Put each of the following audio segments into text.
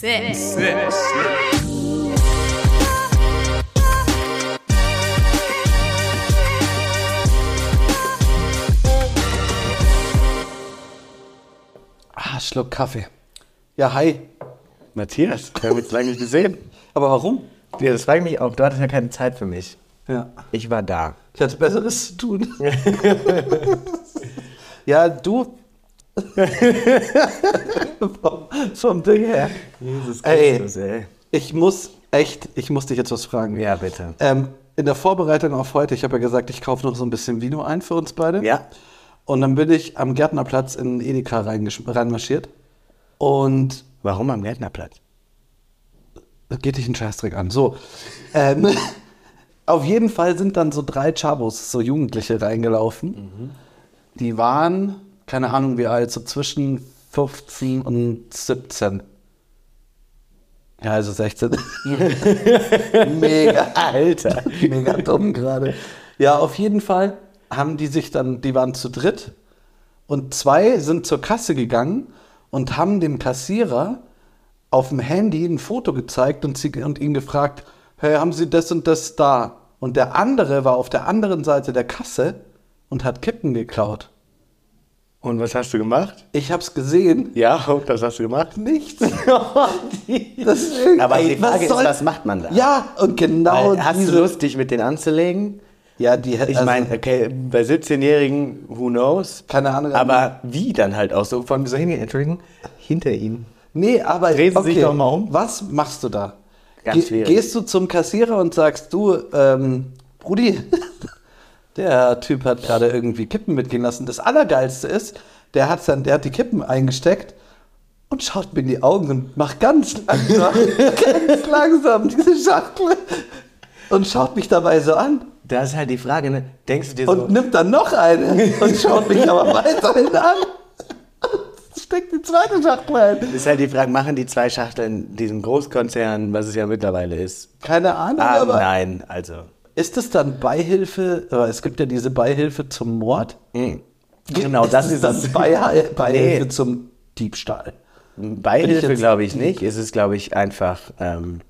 six. Ah, Schluck Kaffee. Ja, hi. Matthias, wir haben uns lange nicht gesehen. Aber warum? Ja, das frage ich mich auch. Du hattest ja keine Zeit für mich. Ja. Ich war da. Ich hatte Besseres zu tun. ja, du. vom, vom Ding her. Jesus Christus, ey. Ich muss echt, ich muss dich jetzt was fragen. Ja, bitte. Ähm, in der Vorbereitung auf heute, ich habe ja gesagt, ich kaufe noch so ein bisschen Vino ein für uns beide. Ja. Und dann bin ich am Gärtnerplatz in Edeka reingesch- reinmarschiert. Und Warum am Gärtnerplatz? geht dich ein Scheißdreck an. So. Ähm, auf jeden Fall sind dann so drei Chabos, so Jugendliche, Mhm. reingelaufen. Die waren, keine Ahnung wie alt, so zwischen 15 und 17. Ja, also 16. Mega Alter. Mega dumm gerade. Ja, auf jeden Fall haben die sich dann, die waren zu dritt und zwei sind zur Kasse gegangen und haben dem Kassierer auf dem Handy ein Foto gezeigt und, sie, und ihn gefragt, hey, haben Sie das und das da? Und der andere war auf der anderen Seite der Kasse und hat Kippen geklaut. Und was hast du gemacht? Ich hab's gesehen. Ja, und das hast du gemacht? Nichts. Oh, Deswegen, Aber die ey, Frage ist, soll- was macht man da? Ja, und genau Weil, hast diese- Also du Lust, dich mit denen anzulegen? Ja, die Ich meine, okay, bei 17-Jährigen, who knows? Keine Ahnung. Aber wie dann halt auch so? Von so hingehen, Entschuldigung, hinter ihnen. Nee, aber Drehen Sie sich doch mal um. Was machst du da? Ganz Ge- schwierig. Gehst du zum Kassierer und sagst, du, ähm, Brudi, der Typ hat gerade irgendwie Kippen mitgehen lassen. Das Allergeilste ist, der hat, dann, der hat die Kippen eingesteckt und schaut mir in die Augen und macht ganz langsam, ganz langsam diese Schachtel und schaut mich dabei so an Da ist halt die Frage, ne? denkst du dir und nimmt dann noch eine und schaut mich aber weiterhin an. Steckt die zweite Schachtel ein. Ist halt die Frage, machen die zwei Schachteln diesen Großkonzern, was es ja mittlerweile ist? Keine Ahnung, Ah, aber. nein, also. Ist es dann Beihilfe? Aber es gibt ja diese Beihilfe zum Mord. Genau, das es ist das. dann Beihil Beihilfe Nee. zum Diebstahl. Bin ich Beihilfe jetzt- glaube ich nicht. Es ist, glaube ich, einfach. Ähm,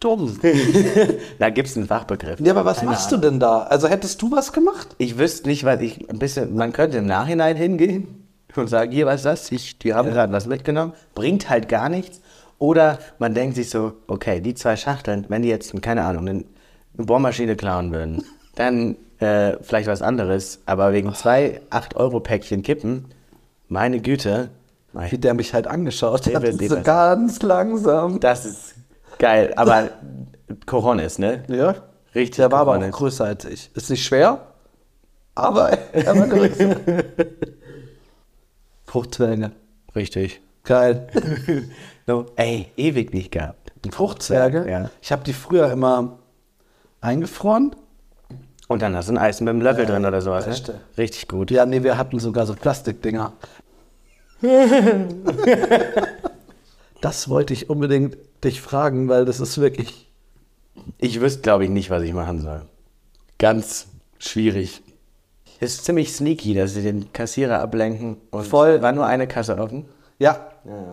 Dumm. da gibt es einen Fachbegriff. Ja, aber was machst du denn da? Also hättest du was gemacht? Ich wüsste nicht, was ich. Ein bisschen, man könnte im Nachhinein hingehen und sagen: Hier, was ist das? Ich, die haben gerade was mitgenommen. Bringt halt gar nichts. Oder man denkt sich so: Okay, die zwei Schachteln, wenn die jetzt, keine Ahnung, eine eine Bohrmaschine klauen würden, dann äh, vielleicht was anderes. Aber wegen zwei 8-Euro-Päckchen kippen, meine Güte. Mein Wie der mich halt angeschaut hat. Nebel, so Nebel. ganz langsam. Das ist geil, aber Coronis, ne? Ja. Richtig. Der war aber auch Coronis. größer als ich. Ist nicht schwer, aber er war größer. Fruchtzwerge. Richtig. Geil. No. Ey, ewig nicht gehabt. Fruchtzwerge? Ja. Ich habe die früher immer eingefroren. Und dann hast du ein Eis mit einem Löffel drin oder sowas. beste. Ne? Richtig gut. Ja, nee, wir hatten sogar so Plastikdinger. das wollte ich unbedingt dich fragen, weil das ist wirklich. Ich wüsste, glaube ich, nicht, was ich machen soll. Ganz schwierig. Ist ziemlich sneaky, dass sie den Kassierer ablenken. Und Voll. War nur eine Kasse offen. Ja.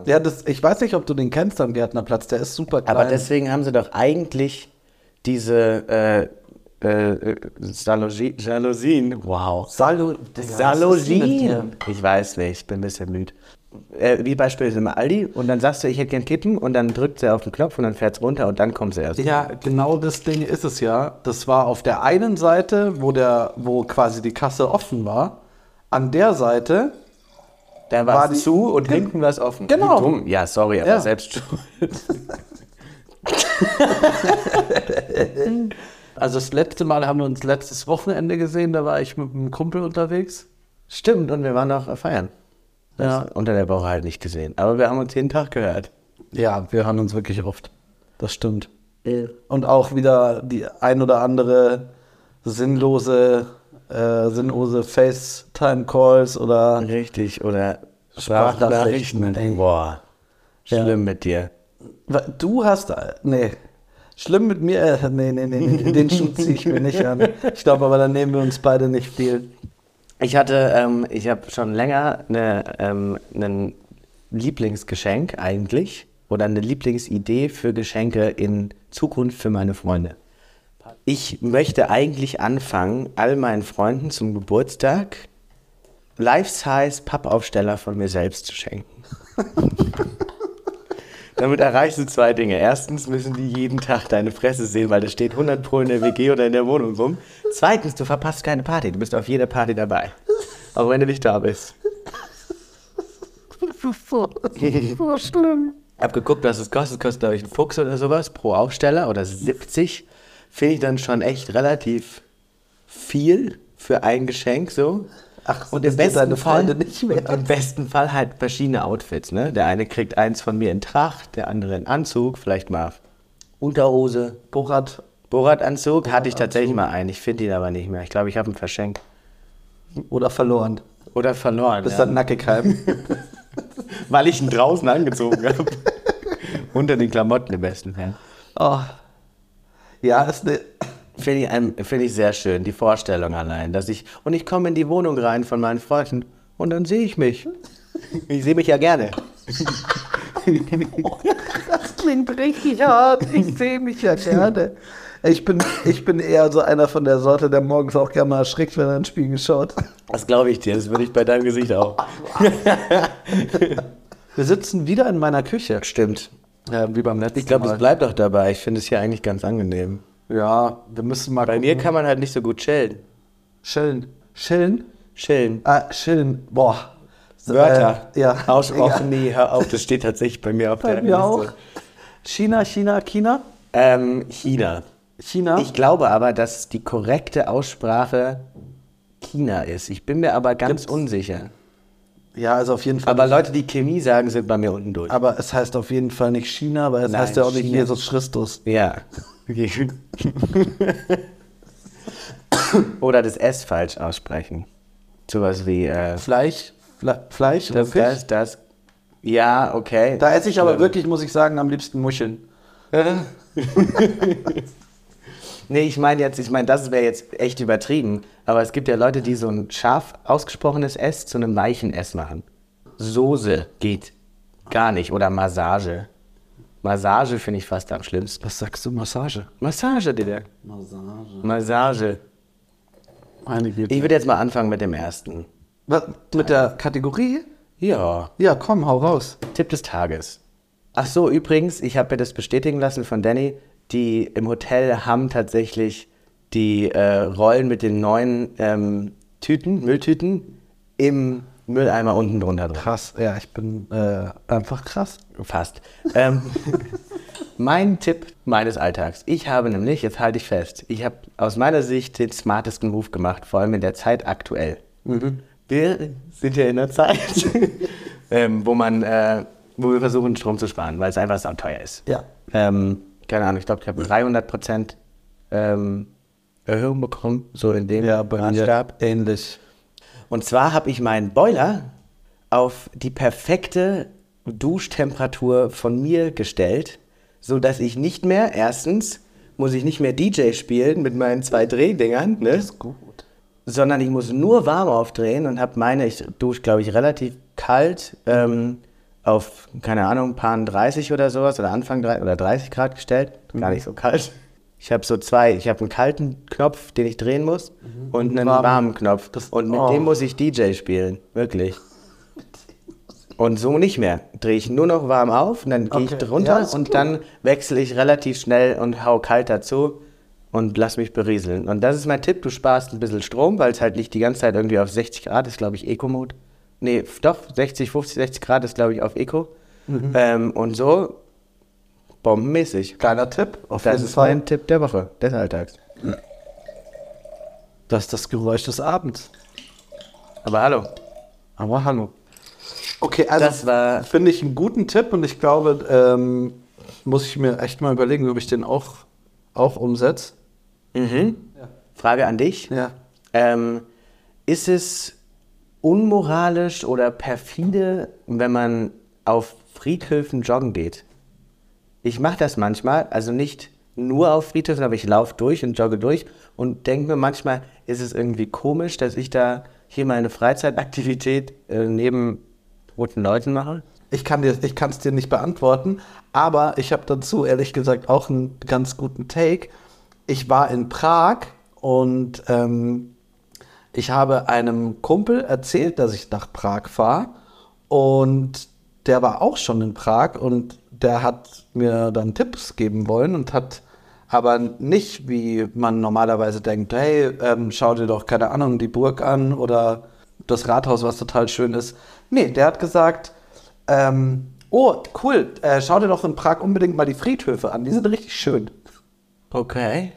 Ja, das, ich weiß nicht, ob du den kennst am Gärtnerplatz, der ist super klein. Aber deswegen haben sie doch eigentlich diese äh, äh, Jalousie, Jalousien. Wow. Salo, Digga, was ist denn mit dir? Salogin. Ich weiß nicht, ich bin ein bisschen müde. Äh, wie beispielsweise im Aldi und dann sagst du, ich hätte gern Kippen und dann drückt sie auf den Knopf und dann fährt's runter und dann kommt sie erst. Ja, genau das Ding ist es ja. Das war auf der einen Seite, wo, der, wo quasi die Kasse offen war. An der Seite Dann War war's die- zu und hinten war's offen. Genau. Wie dumm. Ja, sorry, aber Ja. selbst schuld. Also das letzte Mal haben wir uns letztes Wochenende gesehen, da war ich mit einem Kumpel unterwegs. Stimmt, und wir waren noch feiern. äh, Ja. Das Unter der Woche halt nicht gesehen. Aber wir haben uns jeden Tag gehört. Ja, wir hören uns wirklich oft. Das stimmt. Und auch wieder die ein oder andere sinnlose, äh, sinnlose FaceTime-Calls oder Richtig, oder Sprachnachrichten. Sprachnachrichten. Boah, Ja. schlimm mit dir. Wa- Du hast. Nee. Schlimm mit mir. Äh, nee, nee, nee, nee. Den Schuh ziehe ich mir nicht an. Ich glaube aber, dann nehmen wir uns beide nicht viel. Ich hatte, ähm, ich habe schon länger eine, ähm, ein Lieblingsgeschenk eigentlich. oder eine Lieblingsidee für Geschenke in Zukunft für meine Freunde? Ich möchte eigentlich anfangen, all meinen Freunden zum Geburtstag Life-Size Pappaufsteller von mir selbst zu schenken. Damit erreichst du zwei Dinge. Erstens müssen die jeden Tag deine Fresse sehen, weil da steht 100 Pro in der WG oder in der Wohnung rum. Zweitens, du verpasst keine Party. Du bist auf jeder Party dabei. Auch wenn du nicht da bist. Ich hab geguckt, was es kostet. Kostet, glaube ich, einen Fuchs oder sowas pro Aufsteller oder 70. Finde ich dann schon echt relativ viel für ein Geschenk so. Ach, Und das im geht besten, deine Fall, Freunde nicht mehr. und im besten Fall halt verschiedene Outfits. Ne? Der eine kriegt eins von mir in Tracht, der andere in Anzug, vielleicht mal Unterhose. Borat, Borat-Anzug hatte ich tatsächlich mal einen. Ich finde ihn aber nicht mehr. Ich glaube, ich habe ihn verschenkt. oder verloren. Oder verloren. Bis ja. dann Nackigheim. Weil ich ihn draußen angezogen habe. Unter den Klamotten im besten Fall. oh. Ja, ist ne. Finde ich, ein- finde ich sehr schön, die Vorstellung allein, dass ich. Und ich komme in die Wohnung rein von meinen Freunden und dann sehe ich mich. Ich sehe mich ja gerne. Das klingt richtig hart. Ich sehe mich ja gerne. Ich bin, ich bin eher so einer von der Sorte, der morgens auch gerne mal erschrickt, wenn er ein Spiegel schaut. Das glaube ich dir, das würde ich bei deinem Gesicht auch. Wir sitzen wieder in meiner Küche. Stimmt. Ja, wie beim letzten Ich glaube, es Mal. bleibt auch dabei. Ich finde es hier eigentlich ganz angenehm. Ja, wir müssen mal Bei mir kann man halt nicht so gut chillen. Schillen. Schillen? Chillen. Ah, Schillen. Boah. So, Also, Wörter. Äh, ja. Aussprachen, nee, hör auf, das steht tatsächlich bei mir auf Bei der mir auch. China, China, China. Ähm, China. China. Ich glaube aber, dass die korrekte Aussprache China ist. Ich bin mir aber ganz Gibt's- unsicher. ja, also auf jeden Fall. Aber Leute, die Chemie sagen, sind bei mir unten durch. Aber es heißt auf jeden Fall nicht China, aber es Nein, heißt ja auch nicht China. Jesus Christus. ja. Oder das S falsch aussprechen. Sowas wie äh, Fleisch, Fle Fleisch oder das, Fisch. das, das. Ja, okay. Da esse ich aber Schlimm. wirklich, muss ich sagen, am liebsten Muscheln. Nee, ich meine jetzt, ich meine, das wäre jetzt echt übertrieben. Aber es gibt ja Leute, die so ein scharf ausgesprochenes S zu einem weichen S machen. Soße geht gar nicht. Oder Massage. Massage finde ich fast am schlimmsten. Was sagst du, Massage? Massage, Digga. Massage. Massage. Meine Güte. Ich würde jetzt mal anfangen mit dem ersten. Was, mit der Kategorie? Ja. Ja, komm, hau raus. Tipp des Tages. Ach so, übrigens, ich habe mir das bestätigen lassen von Danny. Die im Hotel haben tatsächlich die äh, Rollen mit den neuen ähm, Tüten, Mülltüten, im Mülleimer unten drunter drin. Krass, ja, ich bin äh, einfach krass. Fast. Ähm, mein Tipp meines Alltags. Ich habe nämlich, jetzt halte ich fest, ich habe aus meiner Sicht den smartesten Move gemacht, vor allem in der Zeit aktuell. Mhm. Wir sind ja in der Zeit, ähm, wo man, äh, wo wir versuchen, Strom zu sparen, weil es einfach sau teuer ist. Ja. Ähm, keine Ahnung, ich glaube, ich habe 300 Prozent ähm, Erhöhung bekommen, so in dem Ja, bei mir Maßstab. ähnlich. Und zwar habe ich meinen Boiler auf die perfekte Duschtemperatur von mir gestellt, so dass ich nicht mehr erstens muss ich nicht mehr DJ spielen mit meinen zwei Drehdingern, ne? Gut. sondern ich muss nur warm aufdrehen und habe meine, ich dusche glaube ich relativ kalt ähm, auf, keine Ahnung, paar 30 oder sowas oder Anfang 30, oder 30 Grad gestellt, gar nicht so kalt. Ich habe so zwei, ich habe einen kalten Knopf, den ich drehen muss und einen Warm. warmen Knopf Das- und mit oh. dem muss ich DJ spielen, wirklich. Und so nicht mehr. Drehe ich nur noch warm auf und dann gehe ich Okay, drunter ja, ist und gut. dann wechsle ich relativ schnell und hau kalt dazu und lass mich berieseln. Und das ist mein Tipp, du sparst ein bisschen Strom, weil es halt nicht die ganze Zeit irgendwie auf 60 Grad ist, glaube ich, Eco-Mode. Nee, doch, 60, 50, 60 Grad ist, glaube ich, auf Eco. Mhm. Ähm, und so bombenmäßig. Geiler Tipp, auf Das jeden ist Fall. mein Tipp der Woche, des Alltags. Das ist das Geräusch des Abends. Aber hallo, Aber hallo. Okay, also Das war- finde ich einen guten Tipp und ich glaube, ähm, muss ich mir echt mal überlegen, ob ich den auch, auch umsetze. Mhm. Frage an dich. Ja. Ähm, ist es unmoralisch oder perfide, wenn man auf Friedhöfen joggen geht? Ich mache das manchmal, also nicht nur auf Friedhöfen, aber ich laufe durch und jogge durch und denke mir manchmal, ist es irgendwie komisch, dass ich da hier meine Freizeitaktivität äh, neben roten Leuten mache? Ich kann dir, ich kann es dir nicht beantworten, aber ich habe dazu ehrlich gesagt auch einen ganz guten Take. Ich war in Prag und ähm, ich habe einem Kumpel erzählt, dass ich nach Prag fahre und der war auch schon in Prag und der hat mir dann Tipps geben wollen und hat aber nicht, wie man normalerweise denkt, hey, ähm, schau dir doch keine Ahnung die Burg an oder das Rathaus, was total schön ist. Nee, der hat gesagt, ähm, oh, cool, äh, schau dir doch in Prag unbedingt mal die Friedhöfe an, die sind richtig schön. Okay.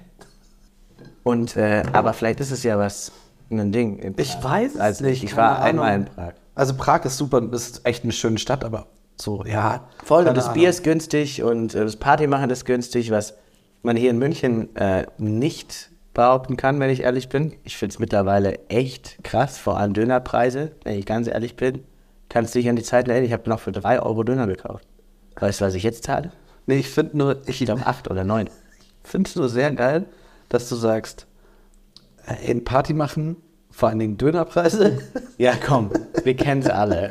Und, äh, aber vielleicht ist es ja was, ein Ding. in Ich Prag. weiß es also nicht, Ich keine war einmal in Ahnung. Prag. Also Prag ist super, ist echt eine schöne Stadt, aber so, ja. Voll, keine und das Ahnung. Bier ist günstig und äh, das Partymachen ist günstig, was man hier in München äh, nicht behaupten kann, wenn ich ehrlich bin. Ich finde es mittlerweile echt krass, vor allem Dönerpreise, wenn ich ganz ehrlich bin. Kannst dich an die Zeit erinnern, ich habe noch für 3 Euro Döner gekauft. Weißt du, was ich jetzt zahle? Nee, ich finde nur, ich Ich glaube 8 oder 9. finde es nur sehr geil, dass du sagst, äh, in Party machen, vor allen Dingen Dönerpreise. Ja, komm, wir kennen's alle.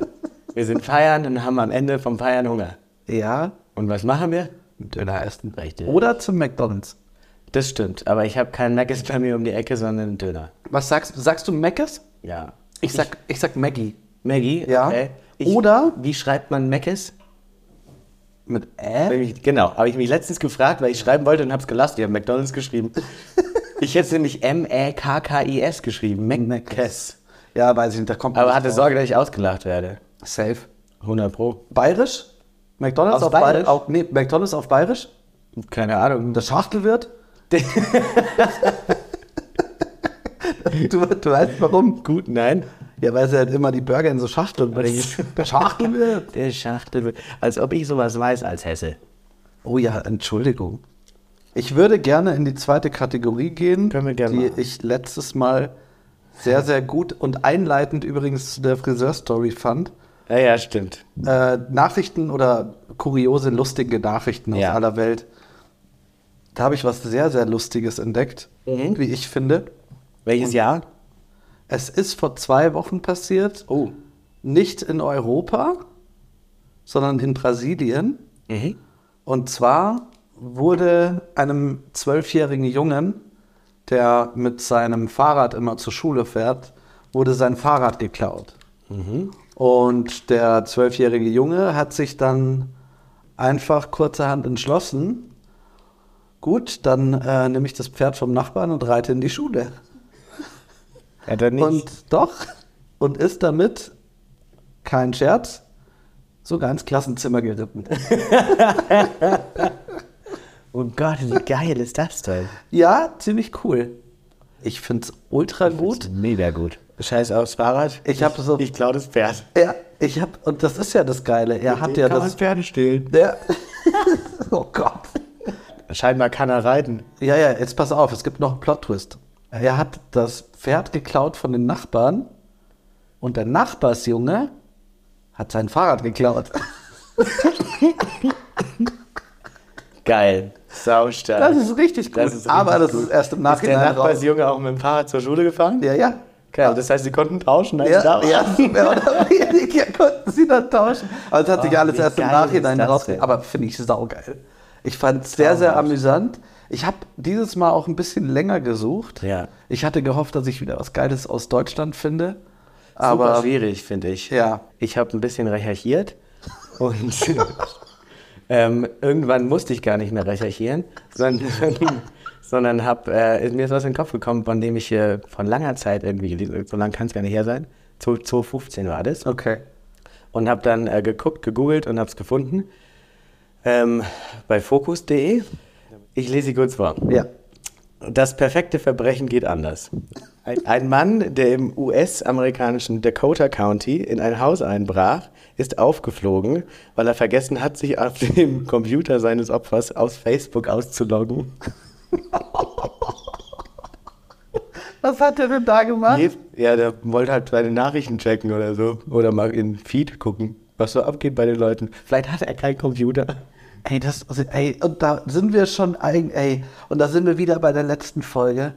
Wir sind feiern und haben am Ende vom Feiern Hunger. ja, Und was machen wir? Döner essen. Richtig. Oder zum McDonalds. Das stimmt, aber ich habe keinen Maggis bei mir um die Ecke, sondern einen Döner. Was sagst du? Sagst du Meckes? Ja. Ich sag, ich sag Maggie. Maggie? Ja. Okay. Oder- Wie schreibt man Maggis? Mit Ä? Hab ich mich- Genau, habe ich mich letztens gefragt, weil ich schreiben wollte und habe es gelassen. Die haben McDonalds geschrieben. ich hätte nämlich M-E-K-K-I-S geschrieben. Maggis. Ja, weiß ich nicht, da kommt man Aber nicht hatte drauf. Sorge, dass ich ausgelacht werde. Safe. 100 Pro. Bayerisch? McDonalds Auf auf, Bayerisch? Bayerisch? Auf, nee, McDonalds auf Bayerisch? Keine Ahnung. Der Schachtelwirt? du, du weißt warum? Gut, nein. Ja, weil sie halt immer die Burger in so Schachteln bringen. Der Schachtelwirt? Der Schachtel. Als ob ich sowas weiß als Hesse. Oh ja, Entschuldigung. Ich würde gerne in die zweite Kategorie gehen, Können wir gerne die machen. ich letztes Mal sehr, sehr gut und einleitend übrigens zu der Friseur-Story fand. Ja, ja, stimmt. Äh, Nachrichten oder kuriose, lustige Nachrichten Ja. aus aller Welt. Da habe ich was sehr, sehr Lustiges entdeckt, Mhm. wie ich finde. Welches Jahr? Es ist vor zwei Wochen passiert, Oh. nicht in Europa, sondern in Brasilien. Mhm. Und zwar wurde einem zwölfjährigen Jungen, der mit seinem Fahrrad immer zur Schule fährt, wurde sein Fahrrad geklaut. Und der zwölfjährige Junge hat sich dann einfach kurzerhand entschlossen, gut, dann äh, nehme ich das Pferd vom Nachbarn und reite in die Schule. Hat er nicht. Und doch, und ist damit, kein Scherz, sogar ins Klassenzimmer geritten. oh Gott, wie geil ist das denn? Ja, ziemlich cool. Ich find's ultra gut. Mega gut. Scheiß aufs Fahrrad. Ich hab so- Ich klau das Pferd. Ja, ich hab, und das ist ja das Geile. Er hat ja das. Pferde stehlen. Der, oh Gott. Scheinbar kann er reiten. Ja, ja, jetzt pass auf, es gibt noch einen Plot-Twist. Er hat das Pferd geklaut von den Nachbarn und der Nachbarsjunge hat sein Fahrrad geklaut. Geil. Saustark. Das ist richtig gut. Das ist richtig aber das ist erst im der Nachhinein raus. Nachbarsjunge auch mit dem Fahrrad zur Schule gefahren? Ja, ja. Geil. Das heißt, sie konnten tauschen. als sie Ja, da ja, waren. mehr oder weniger konnten sie dann tauschen. Aber es hat sich Oh, alles wie erst im geil ist Nachhinein das herausgefunden. denn? Aber finde ich saugeil. Ich fand es sehr, sehr Traumhaft. amüsant. Ich habe dieses Mal auch ein bisschen länger gesucht. Ja. Ich hatte gehofft, dass ich wieder was Geiles aus Deutschland finde. Super Aber schwierig, finde ich. Ja. Ich habe ein bisschen recherchiert und ähm, irgendwann musste ich gar nicht mehr recherchieren, sondern, sondern hab, äh, ist- mir ist was in den Kopf gekommen, von dem ich äh, von langer Zeit irgendwie, so lang kann es gar nicht her sein, 2015 war das. okay. und habe dann äh, geguckt, gegoogelt und habe es gefunden ähm, bei fokus.de. Ich lese sie kurz vor. Ja. Das perfekte Verbrechen geht anders. Ein, ein Mann, der im US-amerikanischen Dakota County in ein Haus einbrach, ist aufgeflogen, weil er vergessen hat, sich auf dem Computer seines Opfers aus Facebook auszuloggen. Was hat er denn da gemacht? Ja, der wollte halt seine Nachrichten checken oder so. Oder mal in den Feed gucken, was so abgeht bei den Leuten. Vielleicht hat er keinen Computer. Ey, das, also, ey, und da sind wir schon, ein, ey, und da sind wir wieder bei der letzten Folge.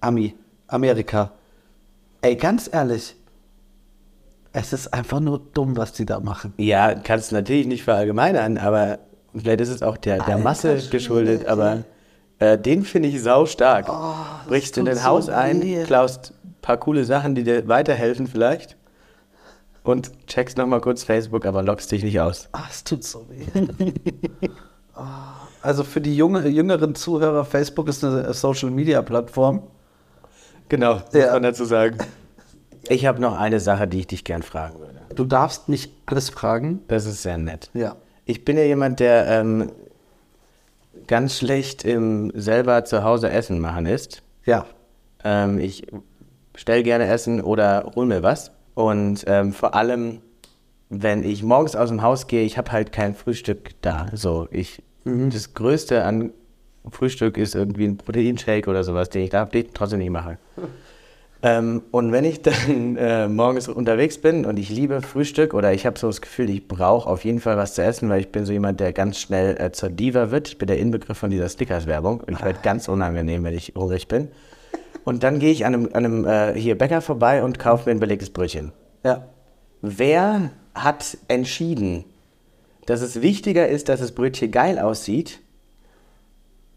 Ami, Amerika. Ey, ganz ehrlich, Es ist einfach nur dumm, was die da machen. Ja, kannst du natürlich nicht verallgemeinern, aber vielleicht ist es auch der, der Alter Masse Schwede, geschuldet, ey. aber äh, den finde ich sau stark. das Brichst in tut dein so Haus ein, weh. klaust ein paar coole Sachen, die dir weiterhelfen vielleicht und checkst nochmal kurz Facebook, aber loggst dich nicht aus. Ah, es tut so weh. Ah, also für die junge, jüngeren Zuhörer, Facebook ist eine äh, Social-Media-Plattform. Genau, Ja. muss man dazu sagen. Ich habe noch eine Sache, die ich dich gern fragen würde. Du darfst nicht alles fragen. Das ist sehr nett. Ja. Ich bin ja jemand, der ähm, ganz schlecht im selber zu Hause Essen machen ist. Ja. Ähm, ich stelle gerne Essen oder hol mir was. Und ähm, vor allem, wenn ich morgens aus dem Haus gehe, ich habe halt kein Frühstück da. So, ich, Das Größte an Frühstück ist irgendwie ein Proteinshake oder sowas, den ich da den ich trotzdem nicht mache. Ähm, und wenn ich dann äh, morgens unterwegs bin und ich liebe Frühstück oder ich habe so das Gefühl, ich brauche auf jeden Fall was zu essen, weil ich bin so jemand, der ganz schnell äh, zur Diva wird. Ich bin der Inbegriff von dieser Snickers-Werbung. Und Ich werde ganz unangenehm, wenn ich hungrig bin. Und dann gehe ich an einem, an einem äh, hier Bäcker vorbei und kaufe mir ein belegtes Brötchen. Ja. Wer hat entschieden, dass es wichtiger ist, dass das Brötchen geil aussieht,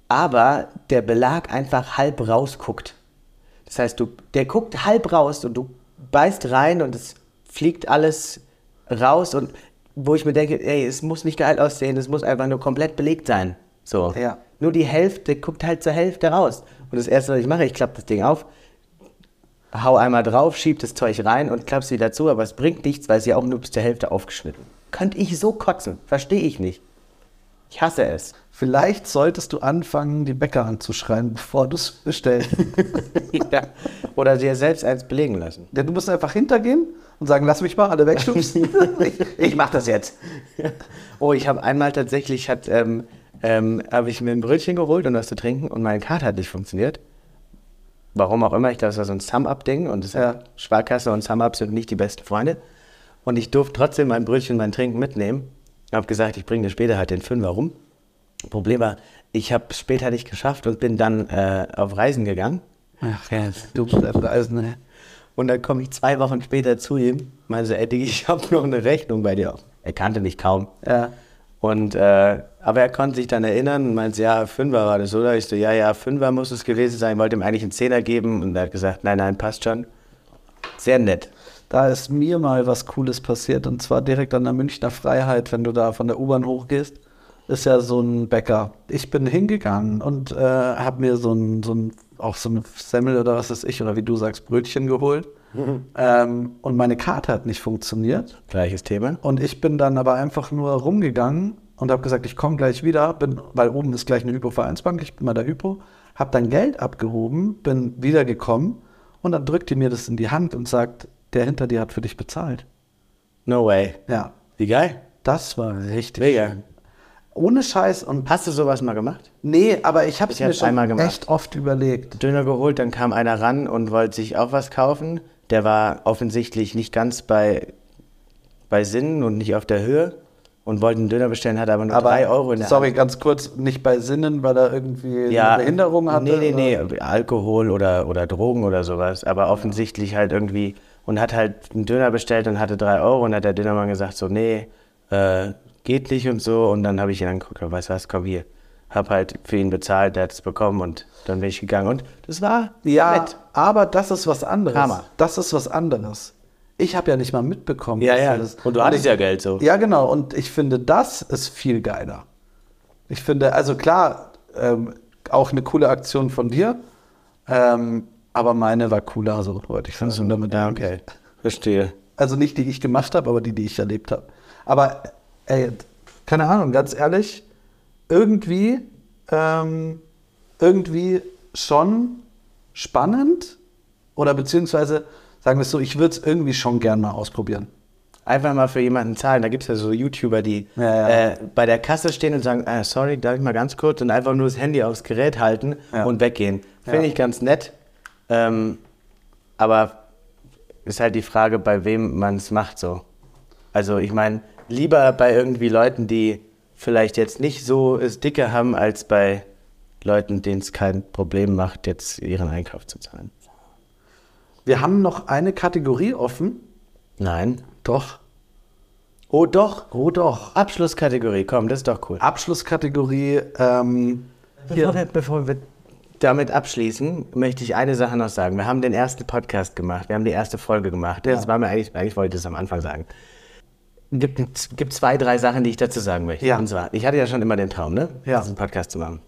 aber der Belag einfach halb rausguckt? Das heißt, du, der guckt halb raus und du beißt rein und es fliegt alles raus und wo ich mir denke, ey, es muss nicht geil aussehen, es muss einfach nur komplett belegt sein. So. Ja. Nur die Hälfte guckt halt zur Hälfte raus. Und das erste, was ich mache, ich klappe das Ding auf, hau einmal drauf, schieb das Zeug rein und klapp's wieder zu, aber es bringt nichts, weil sie auch nur bis zur Hälfte aufgeschnitten. Könnte ich so kotzen, verstehe ich nicht. Ich hasse es. Vielleicht solltest du anfangen, die Bäcker anzuschreien, bevor du es bestellst. ja. Oder dir selbst eins belegen lassen. Denn du musst einfach hintergehen und sagen, lass mich mal alle wegschubsen. Ich mach das jetzt. oh, ich habe einmal tatsächlich, hat, ähm, ähm, habe ich mir ein Brötchen geholt und was zu trinken und meine Karte hat nicht funktioniert. Warum auch immer, ich glaube, es war so ein Sum-Up-Ding und das Ja. Sparkasse und Sum-Up sind nicht die besten Freunde. Und ich durfte trotzdem mein Brötchen und mein Trinken mitnehmen. Habe gesagt, ich bringe dir später halt den Fünfer rum. Problem war, ich habe es später nicht geschafft und bin dann äh, auf Reisen gegangen. Ach ja, ne? du bist einfach Eisen. Und dann komme ich zwei Wochen später zu ihm, meine so, Eddie, ich habe noch eine Rechnung bei dir. Er kannte mich kaum. Ja. Und, äh, aber er konnte sich dann erinnern und meinte, ja, Fünfer war das, oder? Ich so, ja, ja, Fünfer muss es gewesen sein, wollte ihm eigentlich einen Zehner geben und er hat gesagt, nein, nein, passt schon. Sehr nett. Da ist mir mal was Cooles passiert und zwar direkt an der Münchner Freiheit, wenn du da von der U-Bahn hochgehst, ist ja so ein Bäcker. Ich bin hingegangen und äh, habe mir so ein, so ein, auch so eine Semmel oder was weiß ich, oder wie du sagst, Brötchen geholt. Ähm, und meine Karte hat nicht funktioniert. Gleiches Thema. Und ich bin dann aber einfach nur rumgegangen und habe gesagt, ich komme gleich wieder, bin, weil oben ist gleich eine Hypo-Vereinsbank, ich bin bei der Hypo, habe dann Geld abgehoben, bin wiedergekommen und dann drückt die mir das in die Hand und sagt, der hinter dir hat für dich bezahlt. No way. Ja, Wie geil. das war richtig. Mega. Ohne Scheiß und Hast du sowas mal gemacht? nee, aber ich habe es Ich mir hab's schon einmal gemacht. echt oft überlegt. Döner geholt, dann kam einer ran und wollte sich auch was kaufen. Der war offensichtlich nicht ganz bei, bei Sinnen und nicht auf der Höhe und wollte einen Döner bestellen, hat aber nur Aber drei Euro in der sorry, ganz kurz, nicht bei Sinnen, weil er irgendwie eine Behinderung hatte. Nee, nee, oder- nee, Alkohol oder, oder Drogen oder sowas, aber offensichtlich halt irgendwie und hat halt einen Döner bestellt und hatte drei Euro und hat der Dönermann gesagt so, nee, äh, geht nicht und so und dann habe ich ihn angeguckt, oh, weißt du was, komm hier. Hab halt für ihn bezahlt, der hat es bekommen und dann bin ich gegangen und das war Ja, nett. aber das ist was anderes. Karma. Das ist was anderes. Ich habe ja nicht mal mitbekommen. Ja, dass ja. er das- Und du hattest ja Geld so. Ja, genau. Und ich finde, das ist viel geiler. Ich finde, also klar, ähm, auch eine coole Aktion von dir. Ähm, aber meine war cooler, so wollte ich sagen. Damit Ja, okay. Verstehe. Also nicht die, die ich gemacht habe, aber die, die ich erlebt habe. Aber, ey, keine Ahnung, ganz ehrlich, irgendwie, ähm, irgendwie schon spannend oder beziehungsweise, sagen wir es so, ich würde es irgendwie schon gern mal ausprobieren. Einfach mal für jemanden zahlen. Da gibt es ja so YouTuber, die Ja, ja. Äh, bei der Kasse stehen und sagen, ah, sorry, darf ich mal ganz kurz und einfach nur das Handy aufs Gerät halten Ja. und weggehen. Finde Ja. ich ganz nett. Ähm, aber ist halt die Frage, bei wem man es macht so. Also ich meine, lieber bei irgendwie Leuten, die vielleicht jetzt nicht so es dicke haben, als bei Leuten, denen es kein Problem macht, jetzt ihren Einkauf zu zahlen. Wir haben noch eine Kategorie offen. Nein. Doch. Oh doch. Oh doch. Ah, Abschlusskategorie, komm, das ist doch cool. Abschlusskategorie, ähm, Bevor wir, bevor wir damit abschließen, möchte ich eine Sache noch sagen. Wir haben den ersten Podcast gemacht, wir haben die erste Folge gemacht. Das war mir eigentlich, eigentlich wollte ich das am Anfang sagen. Gibt, gibt zwei, drei Sachen, die ich dazu sagen möchte. Ja. Und zwar, ich hatte ja schon immer den Traum, ne? Ja. Diesen Podcast zu machen.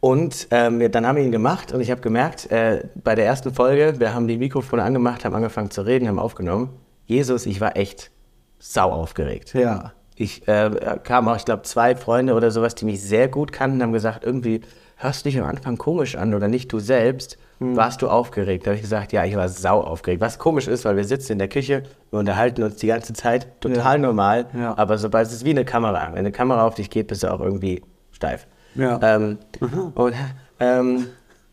Und ähm, wir- dann haben wir ihn gemacht und ich habe gemerkt, äh, bei der ersten Folge, wir haben die Mikrofone angemacht, haben angefangen zu reden, haben aufgenommen. Jesus, ich war echt sau aufgeregt. ja. Ich äh, kam auch, ich glaube, zwei Freunde oder sowas, die mich sehr gut kannten, haben gesagt, irgendwie hörst du dich am Anfang komisch an oder nicht du selbst. Warst du aufgeregt? Da habe ich gesagt, ja, ich war sau aufgeregt. Was komisch ist, weil wir sitzen in der Küche, wir unterhalten uns die ganze Zeit, total normal. Ja. Aber sobald es ist wie eine Kamera. Wenn eine Kamera auf dich geht, bist du auch irgendwie steif. Ja. Ähm, und, ähm,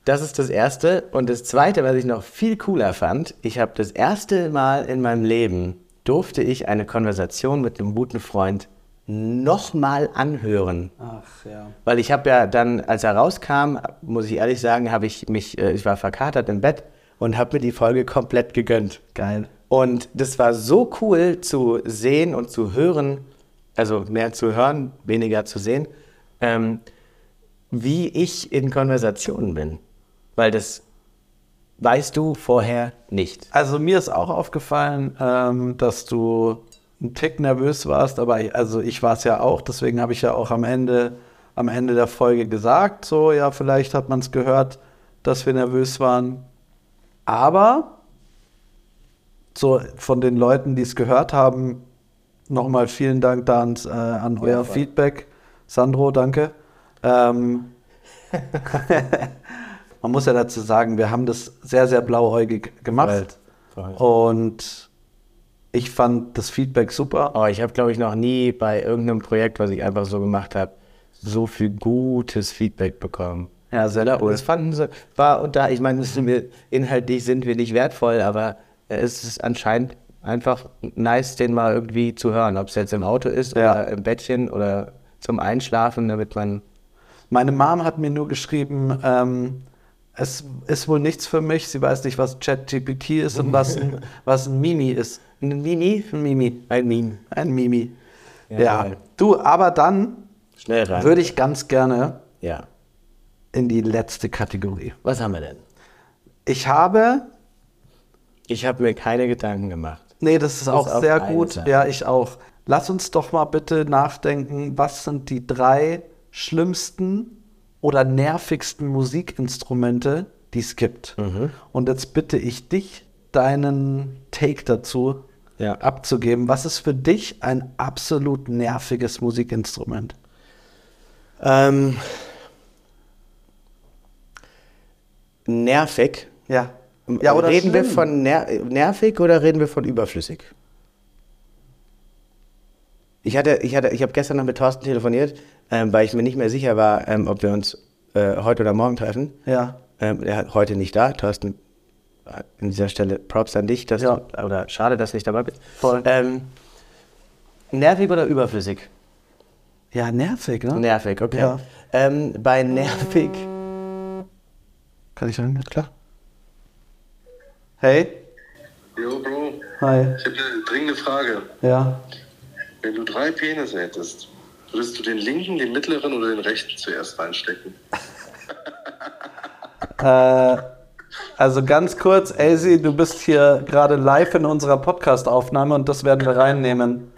das ist das Erste. Und das Zweite, was ich noch viel cooler fand, ich habe das erste Mal in meinem Leben durfte ich eine Konversation mit einem guten Freund nochmal anhören. Ach, ja. Weil ich habe ja dann, als er rauskam, muss ich ehrlich sagen, habe ich mich, äh, ich war verkatert im Bett und habe mir die Folge komplett gegönnt. Geil. Und das war so cool zu sehen und zu hören, also mehr zu hören, weniger zu sehen, ähm, wie ich in Konversationen bin. Weil das weißt du vorher nicht. Also mir ist auch aufgefallen, ähm, dass du einen Tick nervös warst, aber ich, also ich war es ja auch, deswegen habe ich ja auch am Ende, am Ende der Folge gesagt, so ja, vielleicht hat man es gehört, dass wir nervös waren. Aber so von den Leuten, die es gehört haben, nochmal vielen Dank da ans, äh, an euer voll. Feedback. Sandro, danke. Ähm, man muss ja dazu sagen, wir haben das sehr, sehr blauäugig gemacht. Voll. Und ich fand das Feedback super. Oh, ich habe, glaube ich, noch nie bei irgendeinem Projekt, was ich einfach so gemacht habe, so viel gutes Feedback bekommen. Ja, sehr Ja, oh, das fanden sie, war und da, ich meine, das sind wir, inhaltlich sind wir nicht wertvoll, aber äh, es ist anscheinend einfach nice, den mal irgendwie zu hören, ob es jetzt im Auto ist Ja. oder im Bettchen oder zum Einschlafen, damit man. Meine Mom hat mir nur geschrieben, ähm, es ist wohl nichts für mich. Sie weiß nicht, was ChatGPT ist und was ein, was ein Mimi ist. Ein Mini? Ein Mimi. Ein Meme. Ein Mimi. Ja, Ja. geil. Du, aber dann Schnell rein. würde ich ganz gerne ja. in die letzte Kategorie. Was haben wir denn? Ich habe Ich habe mir keine Gedanken gemacht. Nee, das ist auch auf sehr eine gut. Sache. Ja, ich auch. Lass uns doch mal bitte nachdenken, was sind die drei schlimmsten oder nervigsten Musikinstrumente, die es gibt. Mhm. Und jetzt bitte ich dich, deinen Take dazu Ja. abzugeben. Was ist für dich ein absolut nerviges Musikinstrument? Ähm, nervig. Ja. Ja, oder Ähm, reden wir von ner nervig oder reden wir von überflüssig? Ich hatte, ich hatte, ich habe gestern noch mit Thorsten telefoniert, ähm, weil ich mir nicht mehr sicher war, ähm, ob wir uns äh, heute oder morgen treffen. Ja. Ähm, er hat heute nicht da. Thorsten, äh, an dieser Stelle Props an dich, dass Ja. du, oder schade, dass du nicht dabei bist. Voll. Ähm, nervig oder überflüssig? Ja, nervig, ne? Nervig, okay. Ja. Ähm, bei nervig. Kann ich sagen? Klar. Hey. Jo, Bro, Hi. ich habe eine dringende Frage. Ja. Wenn du drei Penisse hättest, würdest du den linken, den mittleren oder den rechten zuerst reinstecken? Äh, also ganz kurz, Elsie, du bist hier gerade live in unserer Podcast-Aufnahme und das werden wir reinnehmen.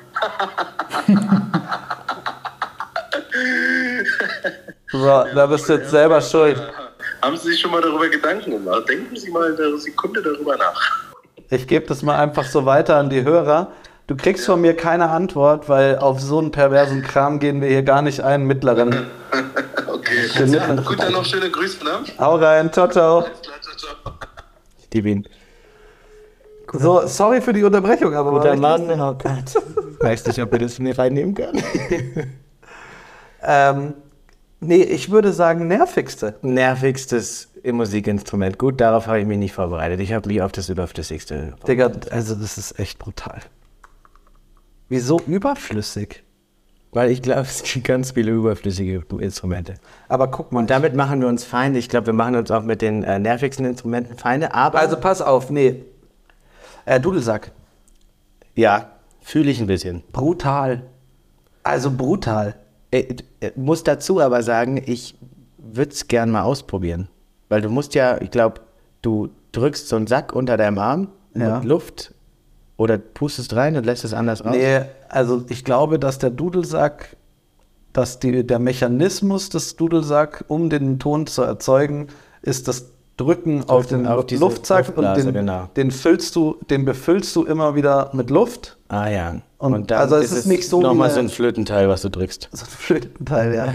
So, da bist du jetzt selber schuld. Haben Sie sich schon mal darüber Gedanken gemacht? Denken Sie mal eine Sekunde darüber nach. Ich gebe das mal einfach so weiter an die Hörer. Du kriegst von mir keine Antwort, weil auf so einen perversen Kram gehen wir hier gar nicht ein, mittleren. Okay. Den Ja, mittleren. gut, dann noch schöne Grüße, ne? Hau rein, ciao, ciao. Alles klar, ciao, ciao. Die Wien. So, sorry für die Unterbrechung, aber war Guter echt Mann, oh Gott. Weiß nicht, ob wir das mir reinnehmen können. Ähm, nee, ich würde sagen, nervigste. nervigstes im Musikinstrument. Gut, darauf habe ich mich nicht vorbereitet. Ich habe mich auf das Überflüssigste. Digga, also das ist echt brutal. Wieso überflüssig? Weil ich glaube, es gibt ganz viele überflüssige Instrumente. Aber guck mal. Und damit machen wir uns Feinde. Ich glaube, wir machen uns auch mit den äh, nervigsten Instrumenten Feinde. Aber also pass auf, nee. Äh, Dudelsack. Ja, fühle ich ein bisschen. Brutal. Also brutal. Äh, äh, muss dazu aber sagen, ich würde es gern mal ausprobieren. Weil du musst ja, ich glaube, du drückst so einen Sack unter deinem Arm Ja. mit Luft oder pustest rein und lässt es anders raus. Nee, also ich glaube, dass der Dudelsack, dass die, der Mechanismus des Dudelsack, um den Ton zu erzeugen, ist das Drücken auf den auf Lu- diese Luftsack und Luftblase, den, genau. den füllst du, den befüllst du immer wieder mit Luft. Ah ja. Und also es ist nicht so wie nochmal eine- so ein Flötenteil, was du drückst. So ein schöner Teil, ja.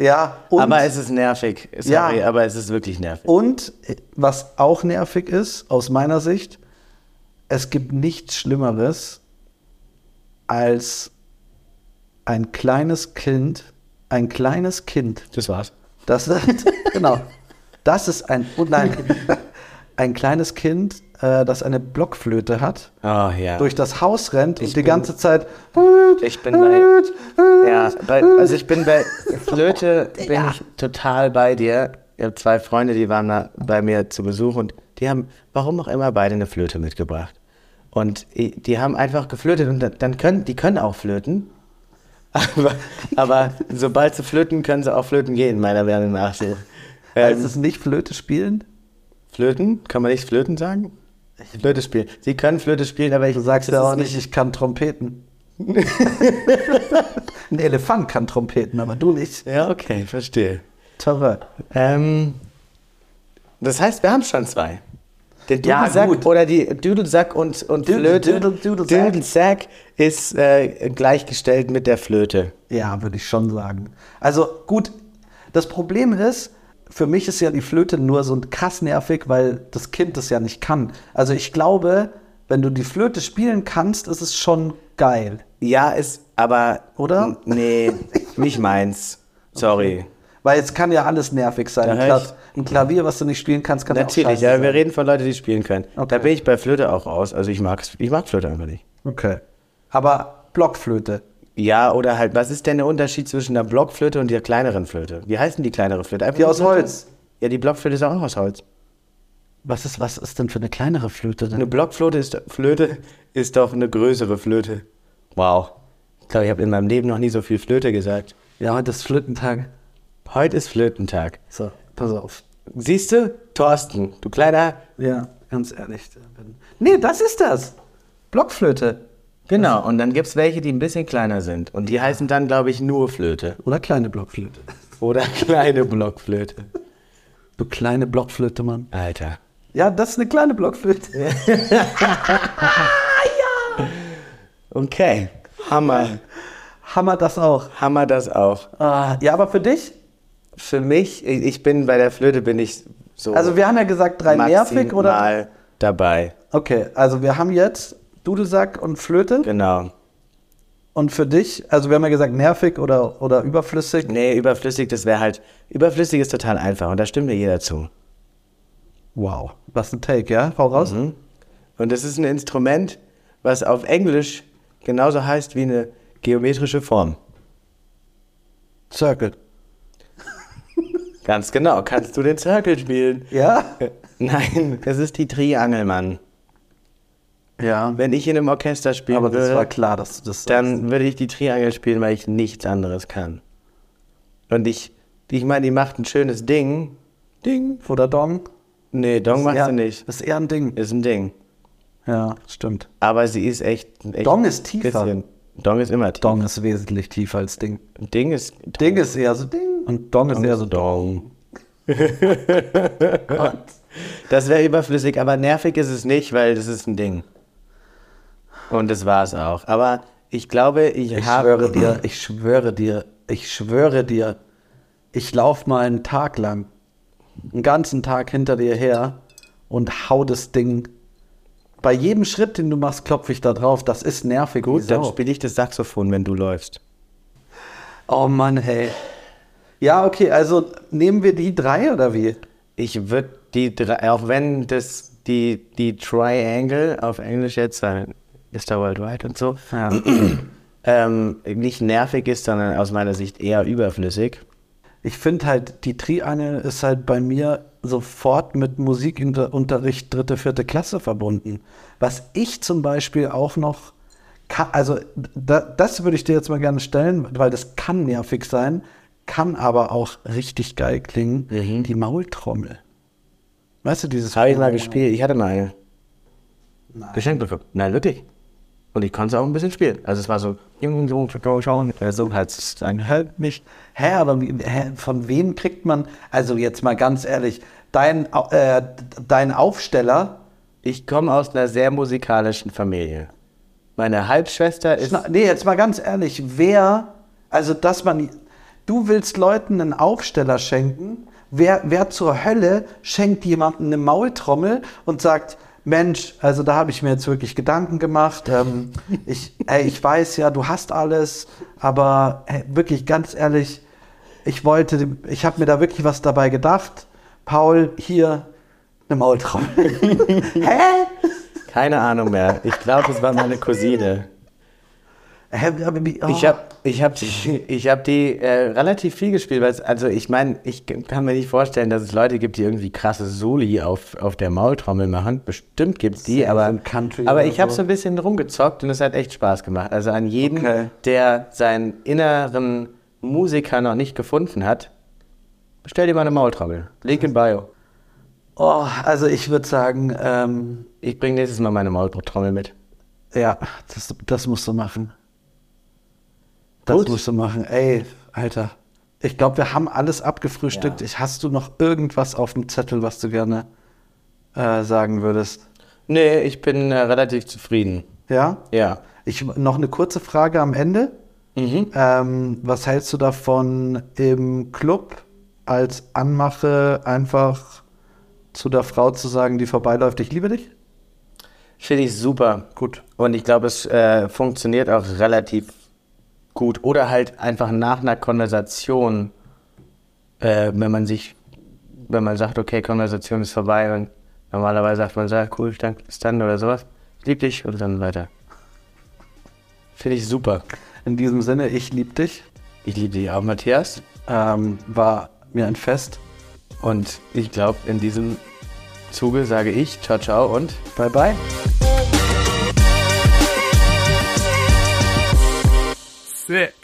Ja, und, aber es ist nervig. Sorry, Ja. aber es ist wirklich nervig. und äh, was auch nervig ist, aus meiner Sicht, es gibt nichts Schlimmeres als ein kleines Kind, ein kleines Kind, Das war's. Das ist, genau. Das ist ein, oh nein, ein kleines Kind, äh, das eine Blockflöte hat, Oh ja. durch das Haus rennt und die bin- ganze Zeit. ich bin bei- ja, bei, also ich bin bei Flöte bin ich total bei dir. Ich habe zwei Freunde, die waren da bei mir zu Besuch und die haben, warum auch immer, beide eine Flöte mitgebracht. Und i- die haben einfach geflötet und dann- dann können, die können auch flöten. Aber, aber sobald sie flöten, können sie auch flöten gehen, meiner Meinung nach. So. Heißt Ähm, es nicht Flöte spielen? flöten? Kann man nicht flöten sagen? Flöte spielen. Sie können Flöte spielen, aber ich Du sagst das ja ist auch nicht, ich kann Trompeten. ein Elefant kann Trompeten, aber du nicht. Ja, okay, verstehe. Terror. Ähm, das heißt, wir haben schon zwei. Den Ja, Dudelsack gut. oder die Dudelsack und, und Dudel- Flöte. Dudel- Dudelsack. Dudelsack ist äh, gleichgestellt mit der Flöte. Ja, würde ich schon sagen. Also gut, das Problem ist, für mich ist ja die Flöte nur so krass nervig, weil das Kind das ja nicht kann. Also ich glaube, wenn du die Flöte spielen kannst, ist es schon geil. Ja, ist aber. Oder? N- Nee, nicht meins. Sorry. Weil es kann ja alles nervig sein. Da Ein, hör Kla ich- ein Klavier, was du nicht spielen kannst, kann ja auch Natürlich, scheiße ja, wir reden von Leuten, die spielen können. Okay. Da bin ich bei Flöte auch raus. Also ich, mag's, ich mag Flöte einfach nicht. sein. Okay. Aber Blockflöte. Ja, oder halt, was ist denn der Unterschied zwischen der Blockflöte und der kleineren Flöte? Wie heißt denn die kleinere Flöte? Einfach Die nur aus Flöte? Holz. Ja, die Blockflöte ist auch aus Holz. Was ist, was ist denn für eine kleinere Flöte Eine Blockflöte ist Flöte ist doch eine größere Flöte. Wow. Ich glaube, ich habe in meinem Leben noch nie so viel Flöte gesagt. Ja, heute ist Flötentag. Heute ist Flötentag. So, pass auf. Siehst du, Thorsten, du kleiner. Ja, ganz ehrlich. Nee, das ist das. Blockflöte. Genau, und dann gibt es welche, die ein bisschen kleiner sind. Und die heißen dann, glaube ich, nur Flöte. Oder kleine Blockflöte. Oder kleine Blockflöte. Du kleine Blockflöte, Mann. Alter. Ja, das ist eine kleine Blockflöte. Okay. Hammer. Hammer das auch. Hammer das auch. Ah, ja, aber für dich? Für mich, ich ich bin bei der Flöte, bin ich so. Also wir haben ja gesagt, drei nervig, oder? maximal dabei. Okay, also wir haben jetzt Dudelsack und Flöte. Genau. Und für dich, also wir haben ja gesagt, nervig oder, oder überflüssig. Nee, überflüssig, das wäre halt. Überflüssig ist total einfach und da stimmt mir jeder zu. Wow. Mhm. Was ein Take, ja? Hau raus. Und das ist ein Instrument, was auf Englisch genauso heißt wie eine geometrische Form. Circle. Ganz genau. Kannst du den Circle spielen? Ja? Äh, Nein, das ist die Triangel, Mann. Ja. Wenn ich in einem Orchester spielen Aber das war würde, klar, dass du das sagst. dann würde ich die Triangel spielen, weil ich nichts anderes kann. Und ich, ich meine, die macht ein schönes Ding. Ding? Oder Dong? Nee, Dong macht ja, sie nicht. Ist eher ein Ding. Ist ein Ding. Ja, stimmt. Aber sie ist echt. echt Dong ist tiefer. bisschen- Dong ist immer tiefer. Dong ist wesentlich tiefer als Ding. Ding ist. Ding ist eher so Ding. Und Dong ist eher so Dong. Dong. Das wäre überflüssig, aber nervig ist es nicht, weil das ist ein Ding. Und das war es auch. Aber ich glaube, ich, Ich habe. schwöre dir, ich schwöre dir, ich schwöre dir, ich laufe mal einen Tag lang, einen ganzen Tag hinter dir her und hau das Ding. Bei jedem Schritt, den du machst, klopfe ich da drauf. Das ist nervig. wie Gut, dann Sau. spiele ich das Saxophon, wenn du läufst. Oh Mann, hey. Ja, okay, also nehmen wir die drei oder wie? Ich würde die drei, auch wenn das die, die Triangle auf Englisch jetzt, äh, ist da worldwide und so, Ja. ähm, nicht nervig ist, sondern aus meiner Sicht eher überflüssig. Ich finde halt, die Triangel ist halt bei mir sofort mit Musikunterricht dritte, vierte Klasse verbunden. Was ich zum Beispiel auch noch, Ka- also da, das würde ich dir jetzt mal gerne stellen, weil das kann nervig sein, kann aber auch richtig geil klingen. Mhm. Die Maultrommel. Weißt du, dieses. Habe ich mal gespielt. Ich hatte mal eine. Geschenkt bekommen. Nein, wirklich. Und ich konnte es auch ein bisschen spielen. Also es war so, Junge, so, so, schauen. So halt es sein. Hält mich. Hä, aber wie- hä, von wem kriegt man, also jetzt mal ganz ehrlich, dein, Au- äh, dein Aufsteller, Ich komme aus einer sehr musikalischen Familie. Meine Halbschwester ist. Na, nee, jetzt mal ganz ehrlich, wer, also dass man, du willst Leuten einen Aufsteller schenken, wer, wer zur Hölle schenkt jemandem eine Maultrommel und sagt, Mensch, also da habe ich mir jetzt wirklich Gedanken gemacht. Ähm, ich, ey, ich weiß ja, du hast alles, aber ey, wirklich ganz ehrlich, ich wollte, dem- ich habe mir da wirklich was dabei gedacht. Paul, hier eine Maultrommel. Hä? Keine Ahnung mehr. Ich glaube, es war meine Cousine. Hä? aber wie- oh. Ich habe ich hab die, ich hab die äh, relativ viel gespielt. Weil es, also ich meine, ich kann mir nicht vorstellen, dass es Leute gibt, die irgendwie krasse Soli auf, auf der Maultrommel machen. Bestimmt gibt es die, Safe aber, im Country aber oder ich habe so. so ein bisschen rumgezockt und es hat echt Spaß gemacht. Also an jeden, Okay. der seinen inneren Musiker noch nicht gefunden hat, bestell dir mal eine Maultrommel. Link in Bio. Oh, also ich würde sagen, ähm, Ich bringe nächstes Mal meine Maultrommel mit. ja, das, das musst du machen. Das Gut. musst du machen. Ey, Alter. Ich glaube, wir haben alles abgefrühstückt. Ja. Ich, hast du noch irgendwas auf dem Zettel, was du gerne äh, sagen würdest? Nee, ich bin äh, relativ zufrieden. Ja? Ja. Ich, noch eine kurze Frage am Ende. Mhm. Ähm, was hältst du davon, im Club als Anmache einfach zu der Frau zu sagen, die vorbeiläuft, ich liebe dich? Finde ich super. Gut. Und ich glaube, es äh, funktioniert auch relativ gut. Oder halt einfach nach einer Konversation, äh, wenn man sich, wenn man sagt, okay, Konversation ist vorbei und normalerweise sagt man, ja, cool, danke, bis dann oder sowas. Ich lieb dich und dann weiter. Finde ich super. In diesem Sinne, ich liebe dich. Ich liebe dich auch, Matthias. ähm, war mir ein Fest. Und ich glaube, in diesem Zuge sage ich, ciao, ciao und Bye bye. Sick.